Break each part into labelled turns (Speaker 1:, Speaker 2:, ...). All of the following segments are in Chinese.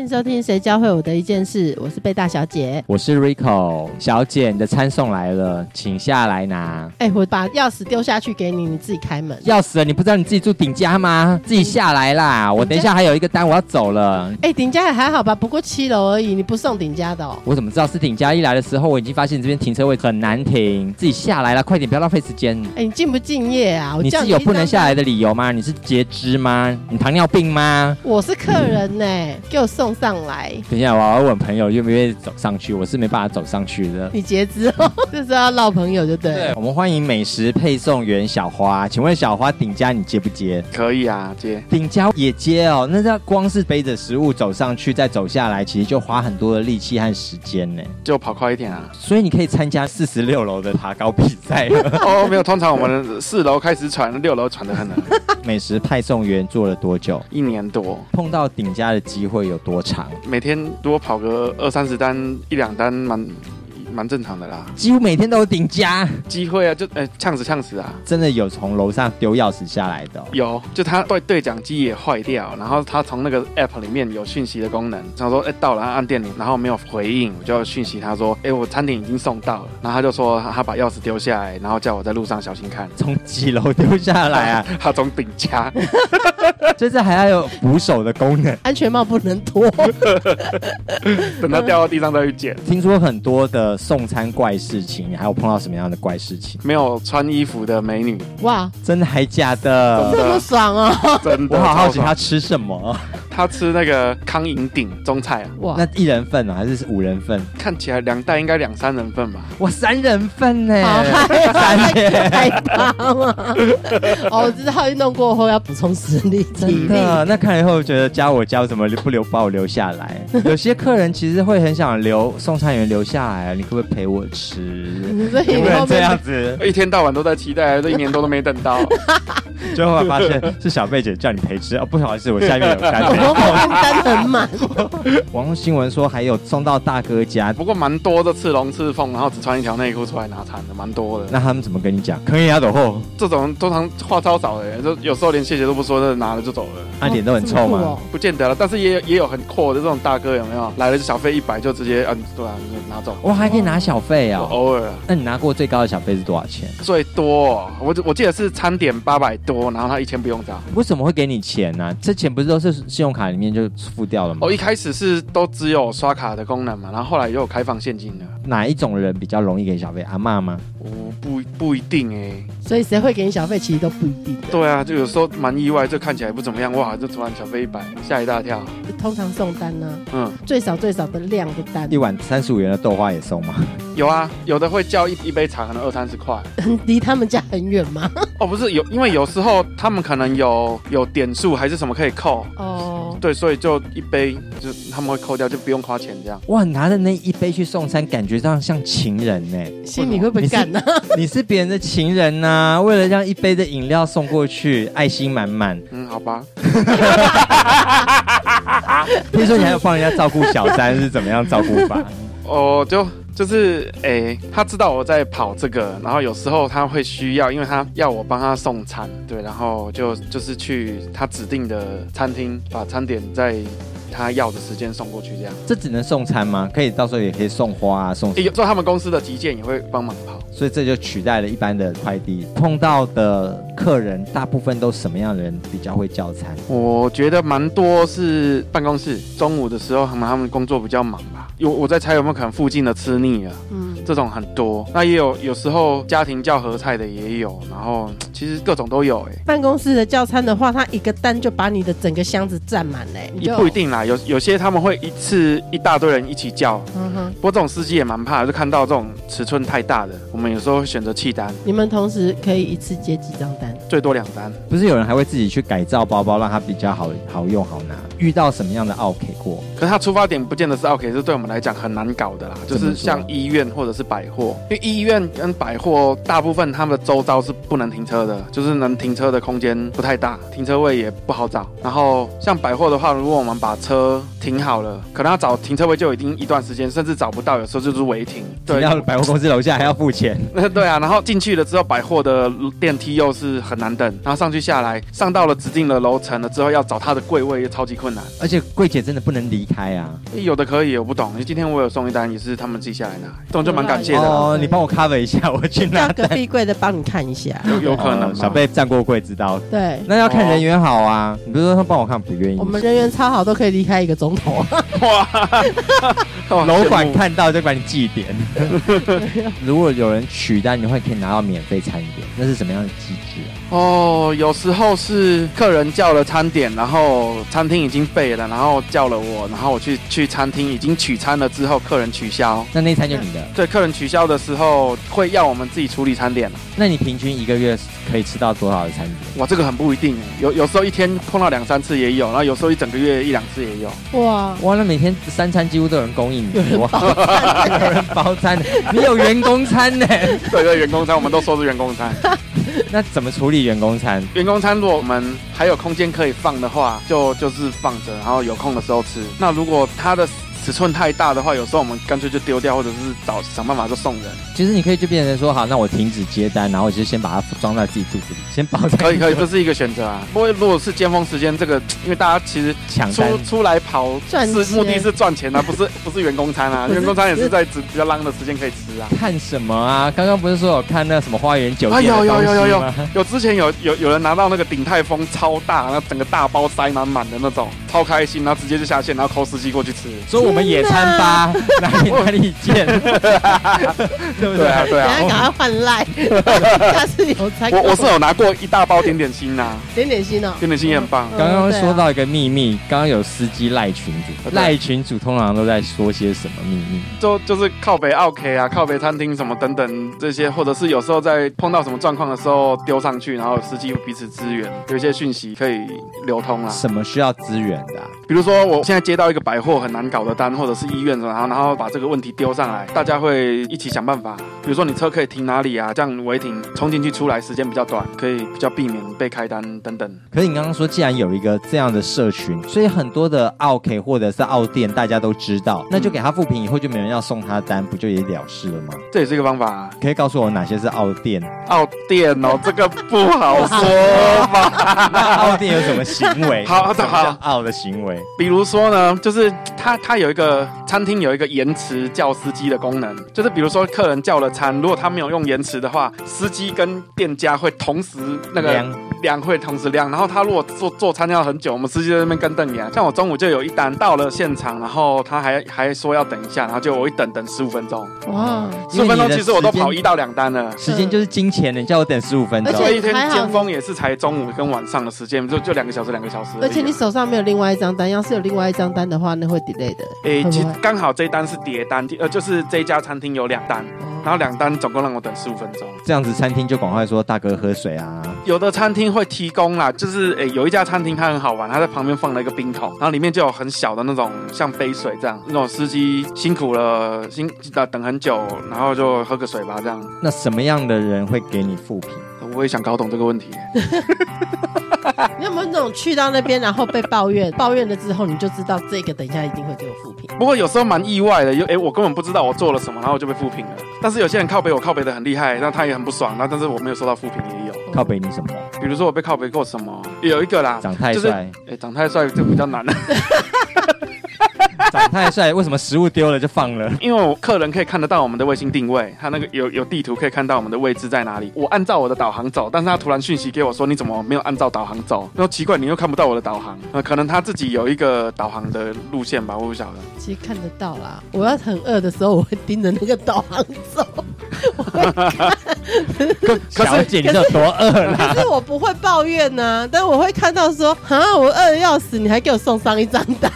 Speaker 1: 迎收听《谁教会我的一件事》，我是贝大小姐。
Speaker 2: 我是 Rico 小姐，你的餐送来了，请下来拿。
Speaker 1: 哎、我把钥匙丢下去给你，你自己开门。
Speaker 2: 要死了，你不知道你自己住顶家吗？自己下来啦！我等一下还有一个单，我要走了。
Speaker 1: 哎、顶家也还好吧，不过七楼而已，你不送顶家的哦。
Speaker 2: 我怎么知道是顶家？一来的时候，我已经发现这边停车位很难停，自己下来了，快点，不要浪费时间。
Speaker 1: 哎、你敬不敬业啊？我
Speaker 2: 你
Speaker 1: 叫
Speaker 2: 是
Speaker 1: 你
Speaker 2: 有
Speaker 1: 一
Speaker 2: 不能
Speaker 1: 张
Speaker 2: 下来的理由吗？你是截肢吗？你糖尿病吗？
Speaker 1: 我是客人呢、给我送上来。
Speaker 2: 等一下，我要问朋友愿不愿意走上去，我是没办法走上 去的。
Speaker 1: 你截肢 哦，就是要闹朋友就对了。
Speaker 2: 对，我们欢迎美食配送员小花，请问小花顶家你接不接？
Speaker 3: 可以啊，姐。
Speaker 2: 顶家也接哦，那这光是背着食物走上去再走下来，其实就花很多的力气和时间呢。
Speaker 3: 就跑快一点啊！
Speaker 2: 所以你可以参加四十六楼的爬高比赛。
Speaker 3: 哦，没有，通常我们四楼开始喘，六楼喘 得很啊，
Speaker 2: 美食派送员做了多久？
Speaker 3: 一年多，
Speaker 2: 碰到顶家的机会有多长？
Speaker 3: 每天如果跑个二三十单、一两单，蛮蛮正常的啦。
Speaker 2: 几乎每天都有顶家，
Speaker 3: 机会啊，就呃呛死呛死啊！
Speaker 2: 真的有从楼上丢钥匙下来的哦、
Speaker 3: 有，就他对对讲机也坏掉，然后他从那个 app 里面有讯息的功能，他说哎、到了，按按电铃，然后没有回应，我就讯息他说哎、我餐点已经送到了，然后他就说他把钥匙丢下来，然后叫我在路上小心看。
Speaker 2: 从几楼丢下来啊？
Speaker 3: 他从顶家，
Speaker 2: 所以这还要有扶手的功能。
Speaker 1: 安全帽不能脱，
Speaker 3: 等他掉到地上再去捡。
Speaker 2: 听说很多的送餐怪事情，你还有碰到什么样的怪事情？
Speaker 3: 没有穿衣服的美 女，
Speaker 1: 哇，
Speaker 2: 真的还假
Speaker 3: 真
Speaker 2: 的？
Speaker 3: 的
Speaker 1: 这么爽哦！
Speaker 3: 真的
Speaker 2: 我好好
Speaker 3: 超
Speaker 2: 奇
Speaker 3: 爽
Speaker 2: 他吃什么？
Speaker 3: 他吃那个康银鼎中菜啊，
Speaker 1: 哇，
Speaker 2: 那一人份啊，还是五人份？
Speaker 3: 看起来两袋应该两三人 份吧。
Speaker 2: 哇，三人份呢？
Speaker 1: 好
Speaker 2: 三人，
Speaker 1: 太棒了！哦，我知道运动过后要补充实力、体
Speaker 2: 真
Speaker 1: 力。
Speaker 2: 的。嗯那看了以后，觉得加我加我怎么不留把我留下来？有些客人其实会很想留送餐员留下来，你可不可以陪我吃？
Speaker 1: 所以
Speaker 2: 你不
Speaker 1: 你后
Speaker 2: 能这样
Speaker 1: 面
Speaker 2: 子，
Speaker 3: 一天到晚都在期待，这一年多都没等到。
Speaker 2: 最后发现是小贝姐叫你陪吃哦，不好意思，我下面有单
Speaker 1: 我
Speaker 2: 位。
Speaker 1: 后面单很满，
Speaker 2: 网络新闻说还有送到大哥家，
Speaker 3: 不过蛮多的刺龙刺凤，然后只穿一条内裤出来拿餐的，蛮多的。
Speaker 2: 那他们怎么跟你讲？坑也要走后，
Speaker 3: 这种通常话超少的，就有时候连谢谢都不说，就拿了就走了，
Speaker 2: 啊脸都很
Speaker 1: 这
Speaker 2: 臭
Speaker 1: 么酷
Speaker 2: 嘛
Speaker 1: 哦。？
Speaker 3: 不见得了。但是也有也有很阔的这种大哥，有没有？来了就小费一百就直接嗯，对啊，你拿走。
Speaker 2: 哇，还可以拿小费
Speaker 3: 我
Speaker 2: 哦。
Speaker 3: 偶尔啊
Speaker 2: 那你拿过最高的小费是多少钱？
Speaker 3: 最多，我我记得是餐点八百多，然后他一千不用找。
Speaker 2: 为什么会给你钱呢、这钱不是都是信用卡里面就付掉了吗
Speaker 3: 哦，？一开始是都只有刷卡的功能嘛，然后后来也有开放现金的。
Speaker 2: 哪一种人比较容易给小费？阿嬷吗？
Speaker 3: 我哦不不一定哎、
Speaker 1: 所以谁会给你小费，其实都不一定。
Speaker 3: 对啊，就有时候蛮意外，就看起来不怎么样，哇，就突然小飞一百，吓一大跳。
Speaker 1: 通常送单呢，
Speaker 3: 嗯，
Speaker 1: 最少最少的量的单
Speaker 2: 一，碗三十五元的豆花也送吗？
Speaker 3: 有啊，有的会叫一一杯茶，可能二三十块。
Speaker 1: 离他们家很远吗？
Speaker 3: 哦，不是有，因为有时候他们可能有有点数还是什么可以扣，
Speaker 1: 哦，
Speaker 3: 对，所以就一杯就他们会扣掉，就不用花钱这样。
Speaker 2: 哇，你拿着那一杯去送餐，感觉上像情人呢、
Speaker 1: 心里会不会干呢？
Speaker 2: 你是别人的情人呐、为了让一杯的饮料送过去，爱心满满。
Speaker 3: 嗯，好吧，
Speaker 2: 听说你还有帮人家照顾小三，是怎么样照顾法？
Speaker 3: 哦，就就是诶、他知道我在跑这个，然后有时候他会需要，因为他要我帮他送餐，对，然后就就是去他指定的餐厅，把餐点在他要的时间送过去这样。
Speaker 2: 这只能送餐吗？可以到时候也可以送花啊，送
Speaker 3: 欸有时候他们公司的急件也会帮忙跑。
Speaker 2: 所以这就取代了一般的快递。碰到的客人大部分都什么样的人比较会叫餐？
Speaker 3: 我觉得蛮多是办公室，中午的时候他们他们工作比较忙吧。有我在猜有没有可能附近的吃腻了，
Speaker 1: 嗯，
Speaker 3: 这种很多。那也有有时候家庭叫合菜的也有，然后其实各种都有哎、
Speaker 1: 办公室的教餐的话，它一个单就把你的整个箱子占满嘞，你
Speaker 3: 也
Speaker 1: 就
Speaker 3: 不一。定啦，有有些他们会一次一大堆人一起叫，
Speaker 1: 嗯哼，
Speaker 3: 不过这种司机也蛮怕的，就看到这种尺寸太大的，我们有时候会选择弃单。
Speaker 1: 你们同时可以一次接几张单？
Speaker 3: 最多两单。
Speaker 2: 不是有人还会自己去改造包包，让它比较好好用好拿？遇到什么样的 OK 过？
Speaker 3: 可是它出发点不见得是 OK，是对我们来讲很难搞的啦。就
Speaker 2: 怎么
Speaker 3: 是
Speaker 2: 说啊
Speaker 3: 像医院或者是百货，因为医院跟百货大部分他们的周遭是不能停车的，就是能停车的空间不太大，停车位也不好找。然后像百货的话，如果我们把车停好了，可能要找停车位就已经一段时间，甚至找不到，有时候就是违停。
Speaker 2: 停
Speaker 3: 对，
Speaker 2: 到百货公司楼下还要付 钱，
Speaker 3: 对啊，然后进去了之后，百货的电梯又是很难等，然后上去下来，上到了指定的楼层了之后，要找它的柜位又超级困难。
Speaker 2: 而且柜姐真的不能离开啊！
Speaker 3: 诶有的可以，我不懂。因为今天我有送一单，也是他们自己下来拿，这种就蛮感谢的啦。
Speaker 2: 哦，你帮我 cover 一下，我去拿
Speaker 1: 叫隔壁柜的帮你看一 下。
Speaker 3: 有 有可能啊
Speaker 2: 哦
Speaker 3: 吗
Speaker 2: 小贝站过柜知道，
Speaker 1: 对，
Speaker 2: 那要看人缘好啊。你不是说他帮我看，不愿意
Speaker 1: 我。们人员超好，都可以离开一个钟头。
Speaker 3: 哦
Speaker 2: 楼管看到就把你祭 点。如果有人取单，你会可以拿到免费餐点，那是什么样的机制啊？
Speaker 3: 哦，有时候是客人叫了餐点，然后餐厅已经备了，然后叫了我，然后我去去餐厅已经取餐了之后，客人取消。
Speaker 2: 那那一餐就你的。
Speaker 3: 对，客人取消的时候会要我们自己处理餐点啊
Speaker 2: 那你平均一个月可以吃到多少的餐点？
Speaker 3: 哇，这个很不一定耶，有有时候一天碰到两三次也有，然后有时候一整个月一两次也有。
Speaker 1: 哇，
Speaker 2: 哇，那每天三餐几乎都有人供应你，哇，有人包餐，你 有员工餐 呢？
Speaker 3: 对对，员工餐我们都说是员工餐。
Speaker 2: 那怎么处理员工餐？
Speaker 3: 员工餐如果我们还有空间可以放的话，就就是放着，然后有空的时候吃。那如果它的尺寸太大的话，有时候我们干脆就丢掉，或者是找想办法就送人。
Speaker 2: 其实你可以就变成说，好，那我停止接单，然后我就先把它装在自己肚子里，先包
Speaker 1: 哎
Speaker 2: 在
Speaker 3: 可以可以，这是一个选择啊。不过如果是尖峰时间，这个因为大家其实
Speaker 2: 抢单
Speaker 3: 出。出来跑
Speaker 1: 赚
Speaker 3: 是
Speaker 1: 钱
Speaker 3: 目的是赚钱啊，不是不是员工餐啊。
Speaker 1: 不是
Speaker 3: 员工餐也是在只比较浪的时间可以吃啊。
Speaker 2: 看什么啊？刚刚不是说有看那什么花园酒
Speaker 3: 啊
Speaker 2: 店
Speaker 3: 有
Speaker 2: 的
Speaker 3: 有
Speaker 2: 东西吗？
Speaker 3: 有有有有之前有有有人拿到那个鼎泰丰超大，那整个大包塞满满的那种，超开心，然后直接就下线，然后扣司机过去吃。
Speaker 2: 说我们野餐吧，哪里哪里 见，对不
Speaker 3: 对啊
Speaker 2: 对？
Speaker 3: 对
Speaker 1: 等
Speaker 3: 啊
Speaker 1: 一，下赶快换赖， 下次有才
Speaker 3: 我我是有拿过一大包点点心呐、
Speaker 1: 点点心哦。
Speaker 3: 点点心也很棒。
Speaker 1: 嗯
Speaker 2: 刚刚说，
Speaker 1: 对啊
Speaker 2: 到一个秘密，刚刚有司机赖群主，
Speaker 3: 对
Speaker 2: 赖群主通常都在说些什么秘密？
Speaker 3: 就就是靠北 OK 啊，靠北餐厅什么等等这些，或者是有时候在碰到什么状况的时候丢上去，然后司机彼此支援，有一些讯息可以流通啊啦。
Speaker 2: 什么需要资源的啊、
Speaker 3: 比如说我现在接到一个百货很难搞的单，或者是医院什么，然后然后把这个问题丢上来，大家会一起想办法。比如说你车可以停哪里啊，这样违停冲进去出来时间比较短，可以比较避免被开单等等。
Speaker 2: 可是你刚刚说，既然有一个这样的社群，所以很多的奥 K 或者是奥店，大家都知道，那就给他复评，以后就没人要送他单，不就也了事 了吗？
Speaker 3: 这也是一个方法、啊。
Speaker 2: 可以告诉我哪些是奥店？
Speaker 3: 奥店哦，这个不好说吧。
Speaker 2: 那 奥店有什么行为？
Speaker 3: 好好
Speaker 2: 什么叫奥的行为。
Speaker 3: 比如说呢，就是它它有一个餐厅有一个延迟叫司机的功能，就是比如说客人叫了餐，如果他没有用延迟的话，司机跟店家会同时那个
Speaker 2: 量
Speaker 3: 量会同时量，然后他如果做做餐要很久，我们司机在那边跟瞪眼。像我中午就有一单到了现场，然后他还还说要等一下，然后就我一等等十五分钟，
Speaker 1: 哇，
Speaker 3: 十五分钟其实我都跑
Speaker 2: 因为你的时
Speaker 3: 一
Speaker 2: 间
Speaker 3: 到两单了。
Speaker 2: 时间就是金钱，你叫我等十五分钟
Speaker 1: 而，
Speaker 3: 所
Speaker 1: 且
Speaker 3: 以一天
Speaker 1: 还好
Speaker 3: 尖峰也是才中午跟晚上的时间，就就两个小时，两个小时已啊。
Speaker 1: 而且你手上没有另外一张单，要是有另外一张单的话，那会 delay 的。
Speaker 3: 诶、
Speaker 1: 会不
Speaker 3: 其实
Speaker 1: 会
Speaker 3: 刚好这一单是叠单，呃，就是这一家餐厅有两单，然
Speaker 1: 哦
Speaker 3: 后两单总共让我等十五分钟。
Speaker 2: 这样子餐厅就赶快说大哥喝水啊，
Speaker 3: 有的餐厅会提供啦，就是诶、有一家餐厅它很好玩，它在旁边放了一个冰桶，然后里面就有很小的那种像杯水这样，那种司机辛苦了，辛呃等很久，然后就喝个水吧这样。
Speaker 2: 那什么样的人会给你复评？
Speaker 1: 哦
Speaker 3: 我也想搞懂这个问题，
Speaker 1: 你有没有那种去到那边然后被抱怨，抱怨了之后你就知道这个等一下一定会给我复评。
Speaker 3: 不过有时候蛮意外的，有诶、我根本不知道我做了什么，然后我就被复评了。但是有些人靠北我靠北的很厉害，那他也很不爽，那但是我没有收到复评也有，
Speaker 2: 靠北你什么？
Speaker 3: 比如说我被靠北过什么，有一个啦，
Speaker 2: 长太
Speaker 3: 就是
Speaker 2: 帅，
Speaker 3: 哎、长太帅就比较难了，
Speaker 2: 长太帅，为什么食物丢了就放了？
Speaker 3: 因为我客人可以看得到我们的卫星定位，他那个有有地图可以看到我们的位置在哪里。我按照我的导航走，但是他突然讯息给我说你怎么没有按照导航走？然后奇怪你又看不到我的导航，呃，可能他自己有一个导航的路线吧，我不晓得。
Speaker 1: 哦其实看得 到啦，我要很饿的时候，我会盯着那个导航走，我会看，
Speaker 3: 可
Speaker 2: 小
Speaker 3: 是
Speaker 2: 姐，你是有多饿啦？
Speaker 1: 可是我不会抱怨呐、但我会看到说，啊，我饿得要死，你还给我送上一张单，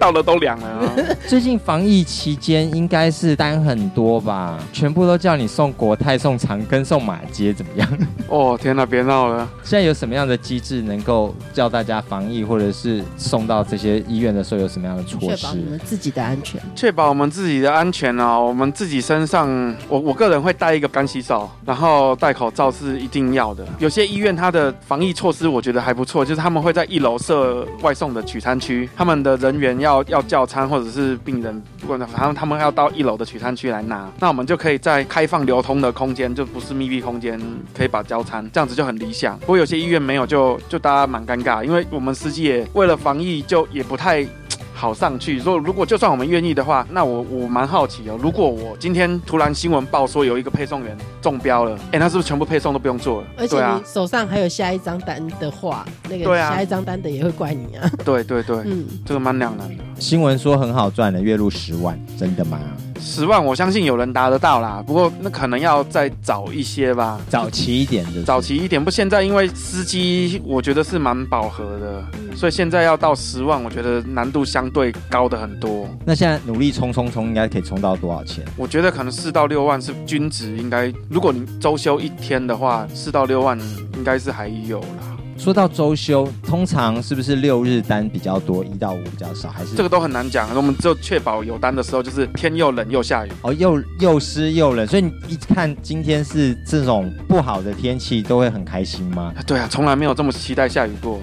Speaker 3: 到了都凉了、哦，
Speaker 2: 最近防疫期间应该是单很多吧，全部都叫你送国泰、送长庚、送马街，怎么样？
Speaker 3: 哦天哪，别闹了！
Speaker 2: 现在有什么样的机制能够叫大家防疫，或者是送到这些医院的时候有什么样的措
Speaker 1: 确保你
Speaker 2: 施？
Speaker 1: 们自己的安全。
Speaker 3: 确保我们自己的安全啊，我们自己身上，我我个人会带一个干洗手，然后戴口罩是一定要的。有些医院它的防疫措施我觉得还不错，就是他们会在一楼设外送的取餐区，他们的人员要要叫餐或者是病人，不管反正他们要到一楼的取餐区来拿，那我们就可以在开放流通的空间，就不是密闭空间，可以把交餐，这样子就很理想。不过有些医院没有就，就大家蛮尴尬，因为我们司机也为了防疫就也不太好上去。如果如果就算我们愿意的话，那我我蛮好奇哦。如果我今天突然新闻报说有一个配送员中标了，哎，那是不是全部配送都不用做了？
Speaker 1: 嗯而且
Speaker 3: 对 啊
Speaker 1: 你，手上还有下一张单的话，那个
Speaker 3: 对啊哎
Speaker 1: 下一张单的也会怪你啊。
Speaker 3: 对对对，
Speaker 1: 嗯，
Speaker 3: 这个蛮两难的。
Speaker 2: 新闻说很好赚的，月入十万，真的吗？
Speaker 3: 十万我相信有人达得到啦，不过那可能要再早一些吧。
Speaker 2: 早期一点的，
Speaker 3: 早期一点，不，现在因为司机我觉得是蛮饱和
Speaker 1: 嗯
Speaker 3: 的，所以现在要到十万，我觉得难度相对高的很多。
Speaker 2: 那现在努力冲冲冲，应该可以冲到多少钱？
Speaker 3: 我觉得可能四到六万是均值，应该如果你周休一天的话，四到六万应该是还有啦。
Speaker 2: 说到周休，通常是不是六日单比较多，一到五比较少，还是
Speaker 3: 这个都很难讲，啊我们只有确保有单的时候，就是天又冷又下雨。
Speaker 2: 哦，又又湿又冷，所以你一看今天是这种不好的天气，都会很开心吗？
Speaker 3: 对啊，从来没有这么期待下雨过。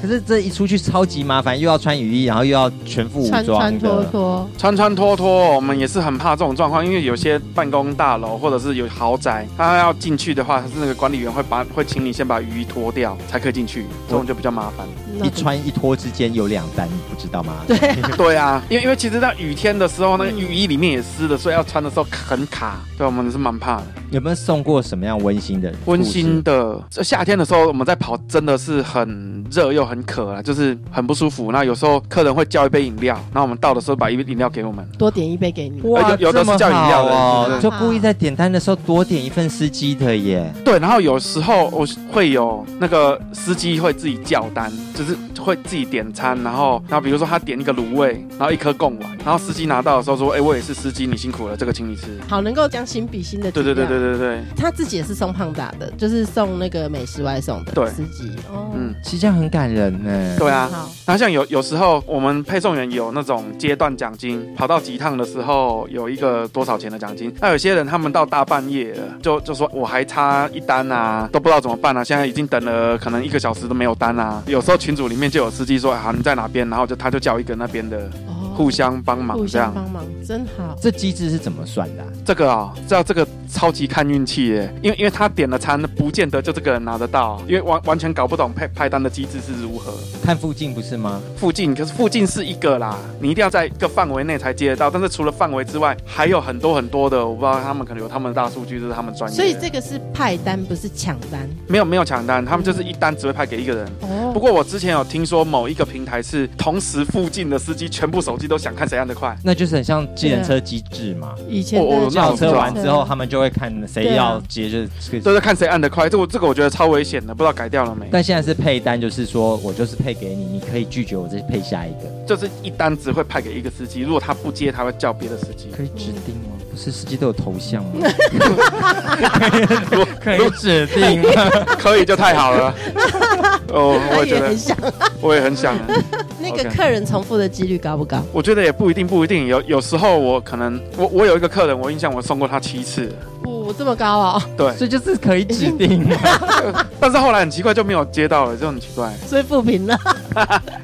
Speaker 2: 可是这一出去超级麻烦，又要穿雨衣，然后又要全副武
Speaker 4: 穿
Speaker 2: 装
Speaker 4: 穿脱
Speaker 2: 的。
Speaker 4: 脱，
Speaker 3: 穿穿脱脱，我们也是很怕这种状况，因为有些办公大楼或者是有豪宅，他要进去的话，是那个管理员会把会请你先把雨衣脱掉才可以进去，这种就比较麻烦。
Speaker 1: 那
Speaker 2: 一穿一脱之间有两单，你不知道吗？
Speaker 1: 对啊，
Speaker 3: 对啊，因为因为其实在雨天的时候，那个雨衣里面也湿的，所以要穿的时候很卡。对，我们是蛮怕的。
Speaker 2: 有没有送过什么样温馨的？
Speaker 3: 温馨。的，这夏天的时候我们在跑，真的是很热又很渴啊，就是很不舒服。那有时候客人会叫一杯饮料，然后我们到的时候把一杯饮料给我们。
Speaker 1: 多点一杯给你。
Speaker 2: 哇，
Speaker 3: 哎有有的
Speaker 2: 这么
Speaker 3: 是叫饮料的
Speaker 2: 好哦，
Speaker 1: 对
Speaker 2: 就故意在点单的时候多点一份司机的耶。
Speaker 3: 对，然后有时候我会有那个司机会自己叫单，就是会自己点餐，然后然后比如说他点一个卤味，然后一颗贡丸，然后司机拿到的时候说，哎、我也是司机，你辛苦了，这个请你吃。
Speaker 1: 好，能够将心比心的。
Speaker 3: 对对对对，对对，
Speaker 1: 他自己也是送胖达的，就是送那个美食外送的
Speaker 3: 对
Speaker 1: 司机。哦，
Speaker 3: 嗯，
Speaker 2: 其实这样很感人呢。
Speaker 3: 对啊。
Speaker 1: 好，
Speaker 3: 然后像有有时候我们配送员有那种阶段奖金，跑到几趟的时候有一个多少钱的奖金。那有些人他们到大半夜了，就就说我还差一单啊，都不知道怎么办啊，现在已经等了可能一个小时都没有单啊。有时候群组里面就有司机说啊你在哪边，然后就他就叫一个那边的
Speaker 1: 哦
Speaker 3: 互相帮忙
Speaker 1: 互
Speaker 3: 这样
Speaker 1: 相。帮忙，真好。
Speaker 2: 这机制是怎么算的啊、
Speaker 3: 这个啊、知道这个超级看运气耶，因为因为他点了餐，不见得就这个人拿得到，因为完完全搞不懂派派单的机制是如何。
Speaker 2: 看附近不是吗？
Speaker 3: 附近，可是附近是一个啦，你一定要在一个范围内才接得到。但是除了范围之外，还有很多很多的，我不知道他们可能有他们的大数据，这是他们专业的。
Speaker 1: 所以这个是派单，不是抢单。
Speaker 3: 没有没有抢单，他们就是一单只会派给一个人。不
Speaker 1: 哦，
Speaker 3: 过我之前有听说某一个平台是同时附近的司机全部手机都想看谁按得快，
Speaker 2: 那就是很像计程车机制嘛。
Speaker 1: 以前
Speaker 3: 哦
Speaker 1: 的
Speaker 3: 哦那
Speaker 2: 叫
Speaker 3: 我知道
Speaker 2: 车完之后，，他们就会看谁要接，
Speaker 1: 啊
Speaker 2: 就是
Speaker 3: 都在看谁按得快。这我这个我觉得超危险的，不知道改掉了没。
Speaker 2: 但现在是配单，就是说我就是配给你，你可以拒绝我，再配下一个，
Speaker 3: 就是一单只会派给一个司机，如果他不接，他会叫别的司机。
Speaker 2: 可以指定吗？不是司机都有头像吗？
Speaker 3: 如
Speaker 2: 可以指定吗？
Speaker 3: 可以就太好 了。哦，
Speaker 1: 他
Speaker 3: 我也觉
Speaker 1: 也
Speaker 3: 得
Speaker 1: 很，想。
Speaker 3: 我也很想。啊
Speaker 1: 那个客人重复的几率高不高？
Speaker 3: 我觉得也不一定，不一定。有有时候我可能，我我有一个客人，我印象我送过他七次，
Speaker 1: 不、这么高哦，
Speaker 3: 对。
Speaker 2: 所以就是可以指定啊 吗？
Speaker 3: 但是后来很奇怪就没有接到了，就很奇怪，
Speaker 1: 所以复评了。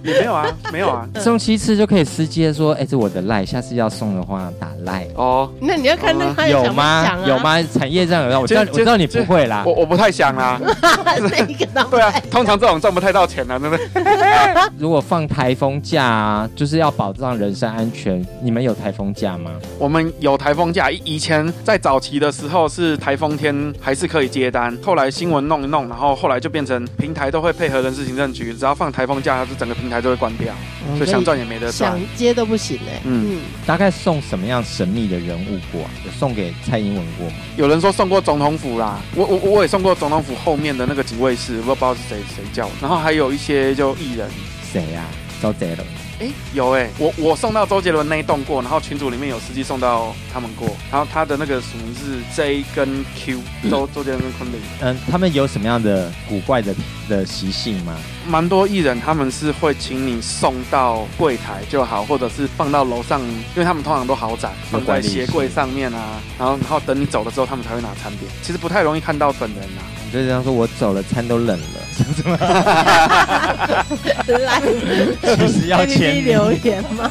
Speaker 3: 也没有 啊，没有啊。
Speaker 2: 送七次就可以司机说，哎，这我的赖，下次要送的话打赖。
Speaker 3: 哦，
Speaker 1: 那你要看那个他也想
Speaker 2: 有
Speaker 1: 不想
Speaker 2: 吗？
Speaker 1: 啊？
Speaker 2: 有？ 吗？产业这样有让我知
Speaker 3: 这
Speaker 2: 道，
Speaker 3: 这
Speaker 2: 我知道你不会啦
Speaker 3: 我。我不太想啦。
Speaker 1: 那一个当
Speaker 3: 对啊，通常这种赚不太到钱啊的，对不对？
Speaker 2: 如果放台风假啊，就是要保障人身安全。你们有台风假吗？
Speaker 3: 我们有台风假，以以前在早期的时候是台风天还是可以接单。后来新闻弄一弄，然后后来就变成平台都会配合人事行政局，只要放台风假，它就整个平台都会关掉，
Speaker 1: 嗯
Speaker 3: 所以想赚也没
Speaker 2: 啊
Speaker 3: 得赚
Speaker 1: 想。接都不行哎。
Speaker 3: 嗯，
Speaker 1: 嗯，
Speaker 2: 大概送什么样神秘的人物过啊？有送给蔡英文过吗？
Speaker 3: 有人说送过总统府啦，我我我也送过总统府后面的那个几位士，我不知道是谁谁叫我。然后还有一些就艺人，
Speaker 2: 谁啊？周杰伦。
Speaker 3: 哎，有哎、我我送到周杰伦那一栋过，然后群组里面有司机送到他们过，然后他的那个署名是 J 跟 Q，周周杰伦跟昆凌，
Speaker 2: 嗯，他们有什么样的古怪的的习性吗？
Speaker 3: 蛮多艺人他们是会请你送到柜台就好，或者是放到楼上，因为他们通常都豪宅，放在鞋柜上面啊，然后然后等你走了之后，他们才会拿餐点，其实不太容易看到本人啊啦、
Speaker 2: 就是这样说，我走了，餐都冷了，
Speaker 1: 来
Speaker 2: 其实 要
Speaker 1: APP
Speaker 2: 签
Speaker 1: 留言吗？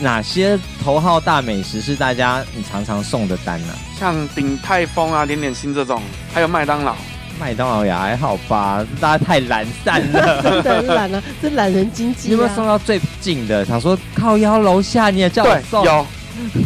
Speaker 2: 哪些头号大美食是大家你常常送的单呢、啊
Speaker 3: 像鼎泰丰啊、点点心这种，还有麦当劳，
Speaker 2: 麦当劳也还好吧，大家太懒散 了。
Speaker 1: 真的很懒 啊，这懒人经
Speaker 2: 你
Speaker 1: 济
Speaker 2: 有
Speaker 1: 啊。
Speaker 2: 没有送到最近的？想说靠腰楼下你也叫我送，
Speaker 3: 对，有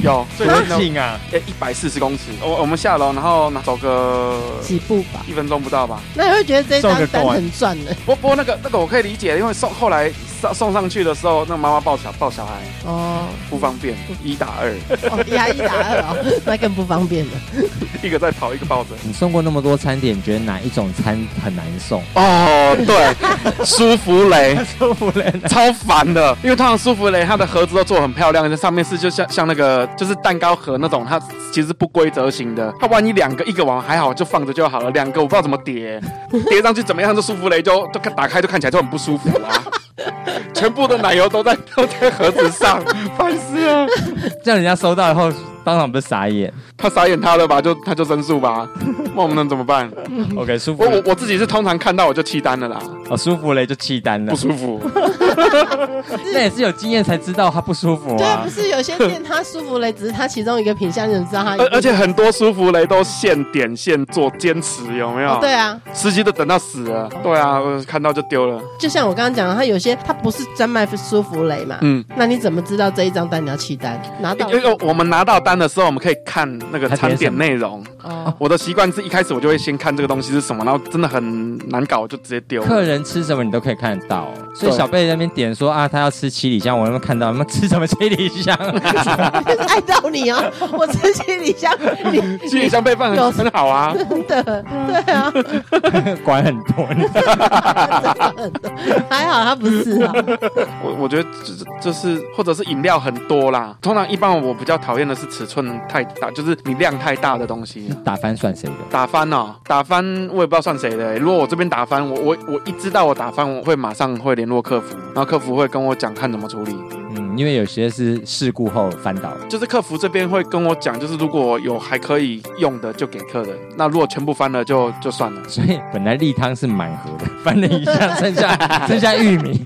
Speaker 3: 有 最近
Speaker 2: 多
Speaker 3: 的
Speaker 2: 近啊？
Speaker 3: 诶一百四十公尺，我我们下楼然后走个
Speaker 1: 几步吧？
Speaker 3: 一分钟不到吧。
Speaker 1: 那你会觉得这一
Speaker 2: 送
Speaker 1: 张
Speaker 2: 个
Speaker 1: 单
Speaker 2: 够啊
Speaker 1: 很赚的
Speaker 3: 不不过那个那个我可以理解，因为送后来送送上去的时候，那个妈妈抱小抱小孩
Speaker 1: 哦。
Speaker 3: 不方便，一打二，
Speaker 1: 哦，压一打二 哦，那更不方便了。
Speaker 3: 一个在跑，一个抱着。
Speaker 2: 你送过那么多餐点，你觉得哪一种餐很难 送？
Speaker 3: 哦，对， 舒芙蕾
Speaker 2: 舒服嘞，
Speaker 3: 超烦的，因为通常舒芙蕾它的盒子都做很漂亮，这上面是就像像那个就是蛋糕盒那种，它其实不规则型的。它万一两个一个碗还好，就放着就好了，两个我不知道怎么叠， 叠上去怎么样，这舒芙蕾就就看打开就看起来就很不舒服啊。全部的奶油都在都在盒子上，烦死了。
Speaker 2: 这样人家收到以后，当场不是傻眼。
Speaker 3: 他傻眼他的吧，就他就申诉吧，那我们能怎么办？
Speaker 2: OK，舒服
Speaker 3: 我我我自己是通常看到我就弃单了啦，
Speaker 2: 哦，舒服嘞就弃单了
Speaker 3: 不。舒服。
Speaker 2: 那也是有经验才知道他不舒服
Speaker 1: 对啊，
Speaker 2: 啊
Speaker 1: 不。是有些店它舒服嘞，只是它其中一个品相，你怎么知道它一 定？
Speaker 3: 而而且很多舒芙蕾都现点现做，坚持有没有？
Speaker 1: 哦，对啊，
Speaker 3: 司机都等到死了。对啊，我看到就丢了。
Speaker 1: 就像我刚刚讲的，它有些它不是专卖舒芙蕾嘛，
Speaker 3: 嗯，
Speaker 1: 那你怎么知道这一张单你要弃单？拿到
Speaker 2: 哎
Speaker 3: 因为
Speaker 2: 哦
Speaker 3: 我们拿到单的时候，我们可以看那个
Speaker 2: 它点
Speaker 3: 餐
Speaker 2: 什
Speaker 3: 点
Speaker 2: 么
Speaker 3: 内容。
Speaker 1: 哦，
Speaker 3: 我的习惯是一开始我就会先看这个东西是什么，然后真的很难搞，我就直接丢。
Speaker 2: 客人吃什么你都可以看得到，所以
Speaker 3: 对
Speaker 2: 小贝在那边点说啊，他要吃七里香，我有没有看到？有没有吃什么七里香？
Speaker 1: 爱到你哦，我吃行李箱，你
Speaker 3: 行李箱备份
Speaker 1: 有
Speaker 3: 很很好啊，
Speaker 1: 真的对啊，
Speaker 2: 管很多，
Speaker 1: 还好他不是 啊，
Speaker 3: 我我觉得就是就是或者是饮料很多啦。通常一般我比较讨厌的是尺寸太大，就是你量太大的东西。
Speaker 2: 打翻算谁的？
Speaker 3: 打翻哦，打翻我也不知道算谁的欸、如果我这边打翻，我我我一知道我打翻，我会马上会联络客服，然后客服会跟我讲看怎么处理。
Speaker 2: 嗯，因为有些是事故后翻倒的。
Speaker 3: 就是客服这边会跟我讲，就是如果有还可以用的就给客人，那如果全部翻了就就算了。
Speaker 2: 所以本来例汤是满盒的， 翻了一下，剩 下剩下玉米。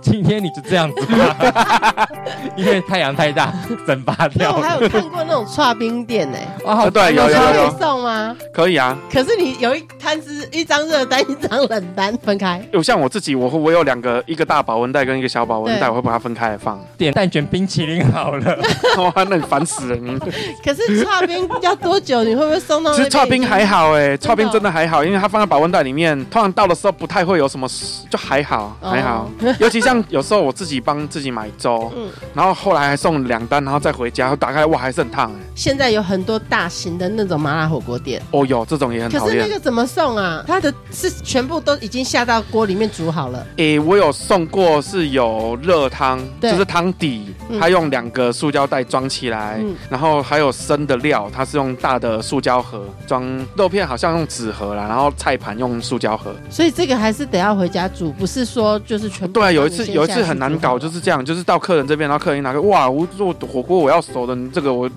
Speaker 2: 今天你就这样子吧， 因为太阳太大，整拔
Speaker 1: 那
Speaker 2: 掉
Speaker 1: 我
Speaker 2: 了。
Speaker 1: 还有看过那种串冰店欸呢，
Speaker 2: 哇，好
Speaker 3: 啊对哎有有
Speaker 1: 它
Speaker 3: 有
Speaker 1: 可以送吗？
Speaker 3: 可以啊，
Speaker 1: 可是你有一摊是一张热单，一张冷单，分开。
Speaker 3: 有像我自己，我会我有两个，一个大保温袋跟一个小保温
Speaker 1: 对
Speaker 3: 袋，我会把它分开 来放。
Speaker 2: 点蛋卷冰淇淋好了。
Speaker 3: 哇，那你烦死 了！你
Speaker 1: 可是串冰要多久？你会不会送到？
Speaker 3: 其实刨冰还。好哎，
Speaker 1: 真的哦
Speaker 3: 刨冰真的还好，因为它放在保温袋里面，通常到的时候不太会有什么事，就还好
Speaker 1: 哦
Speaker 3: 还好。尤其像有时候我自己帮自己买粥，
Speaker 1: 嗯
Speaker 3: 然后后来还送两单，然后再回家，打开哇还是很烫哎。
Speaker 1: 现在有很多大型的那种麻辣火锅店，
Speaker 3: 哦有这种也很
Speaker 1: 可
Speaker 3: 讨
Speaker 1: 是那
Speaker 3: 厌。
Speaker 1: 个怎么送啊？它的是全部都已经下到锅里面煮好了，
Speaker 3: 诶、我有送过是有热汤，
Speaker 1: 对
Speaker 3: 就是汤底，
Speaker 1: 嗯
Speaker 3: 它用两个塑胶袋装起来，
Speaker 1: 嗯
Speaker 3: 然后还有生的料，它是用大的塑胶盒装肉片，好像用纸盒啦，然后菜盘用塑胶盒。
Speaker 1: 所以这个还是得要回家煮，不是说就是全部。
Speaker 3: 对啊，有一次有一次很难搞，就是是这样，就是到客人这边，然后客人一拿个哇，我做火锅我要熟的，你这个我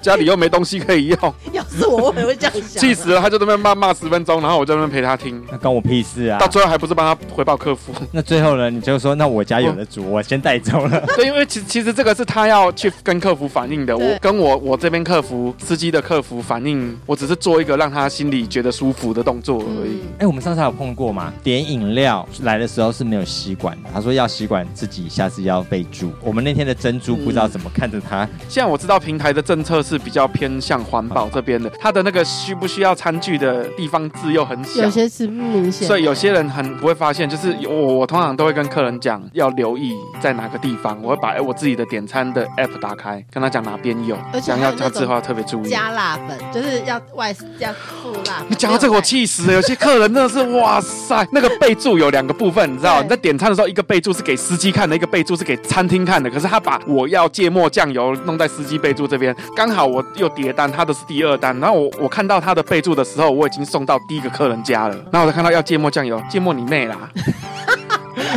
Speaker 3: 家里又没东西可 以用，
Speaker 1: 要是我，我也会这样想。
Speaker 3: 气死了，他就在那边骂骂十分钟，然后我在那边陪他听，
Speaker 2: 那关我屁事啊
Speaker 3: 到！最后还不是帮他回报客服。
Speaker 2: 那最后呢，你就说那我家有的煮，我先带走了。
Speaker 3: 对，因为其其实这个是他要去跟客服反映的，
Speaker 1: 对
Speaker 3: 我跟我我这边客服司机的客服反映，我只是做一个让他心里觉得舒服的动作而已。
Speaker 1: 嗯
Speaker 2: 哎，我们上次还有碰过嘛？点饮料来的时候是没有吸管的，他说要吸管自己下次要备注。我们那天的珍珠不知道怎么看着他，
Speaker 3: 现在我知道平台的政策是比较偏向环保这边的，它的那个需不需要餐具的地方字又很小
Speaker 1: 有。些是不明显，
Speaker 3: 所以有些人很不会发现，就是有我我通常都会跟客人讲要留意在哪个地方，我会把哎我自己的点餐的 app 打开，跟他讲哪边有
Speaker 1: 而，且
Speaker 3: 讲
Speaker 1: 还有
Speaker 3: 要
Speaker 1: 那
Speaker 3: 他
Speaker 1: 种
Speaker 3: 之后要特别注意。
Speaker 1: 加辣粉，就是要外要附辣粉。
Speaker 3: 你讲到这个，我气死了。有些客人真的是，哇塞，那个备注有两个部分，你知道？
Speaker 1: 对
Speaker 3: 你在点餐的时候，一个备注是给司机看的，一个备注是给餐厅看的。可是他把我要芥末酱油弄在司机备注这边，刚好我又叠单，他的是第二单。然后我我看到他的备注的时候，我已经送到第一个客人家了。然后我就看到要芥末酱油，芥末你妹啦！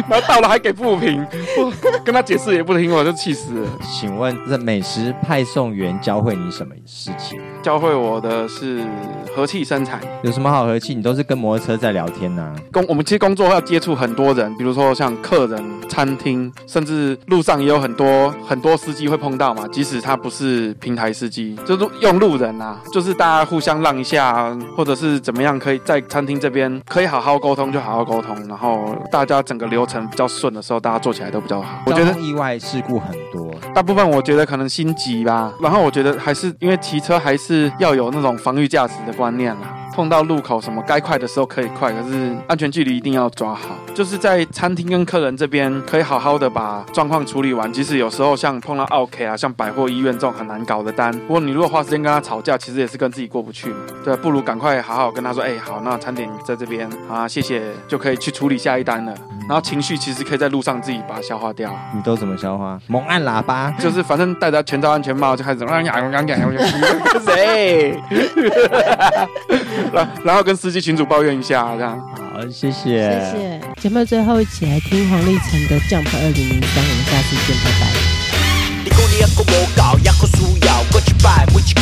Speaker 3: 然后到了还给不平，我跟他解释也不听，我就气死了。
Speaker 2: 请问这美食派送员教会你什么事情？
Speaker 3: 教会我的是和气生财。
Speaker 2: 有什么好和气？你都是跟摩托车在聊天啊呐、
Speaker 3: 工我们其实工作要接触很多人，比如说像客人、餐厅，甚至路上也有很多很多司机会碰到嘛。即使他不是平台司机，就是用路人啊， 就是大家互相让一下啊，或者是怎么样，可以在餐厅这边可以好好沟通就好好沟通，然后大家整个流程比较顺的时候，大家做起来都比较好。我觉
Speaker 2: 交
Speaker 3: 得
Speaker 2: 通意外事故很多，
Speaker 3: 大部分我觉得可能心急吧，然后我觉得还是因为骑车还是要有那种防御驾驶的观念啦。碰到路口什么该快的时候可以快，可是安全距离一定要抓好。就是在餐厅跟客人这边可以好好的把状况处理完，即使有时候像碰到 OK 啊，像百货、医院这种很难搞的单，不过你如果花时间跟他吵架，其实也是跟自己过不去嘛。对，不如赶快好好跟他说，哎、好，那餐点在这边啊，谢谢，就可以去处理下一单了。然后情绪其实可以在路上自己把它消化掉。
Speaker 2: 你都怎么消化？猛按喇叭，
Speaker 3: 就是反正戴着全罩安全帽就开始，哎呀，我刚讲谁？啊 然然后跟司机群主抱怨一下，这样
Speaker 2: 好，谢
Speaker 1: 谢
Speaker 2: 谢，
Speaker 1: 谢。节目最后一起来听黄立成的《Jump 二零零三》，我们下次见，拜拜。
Speaker 5: 你讲你还阁无够，还阁需要，搁一摆，每一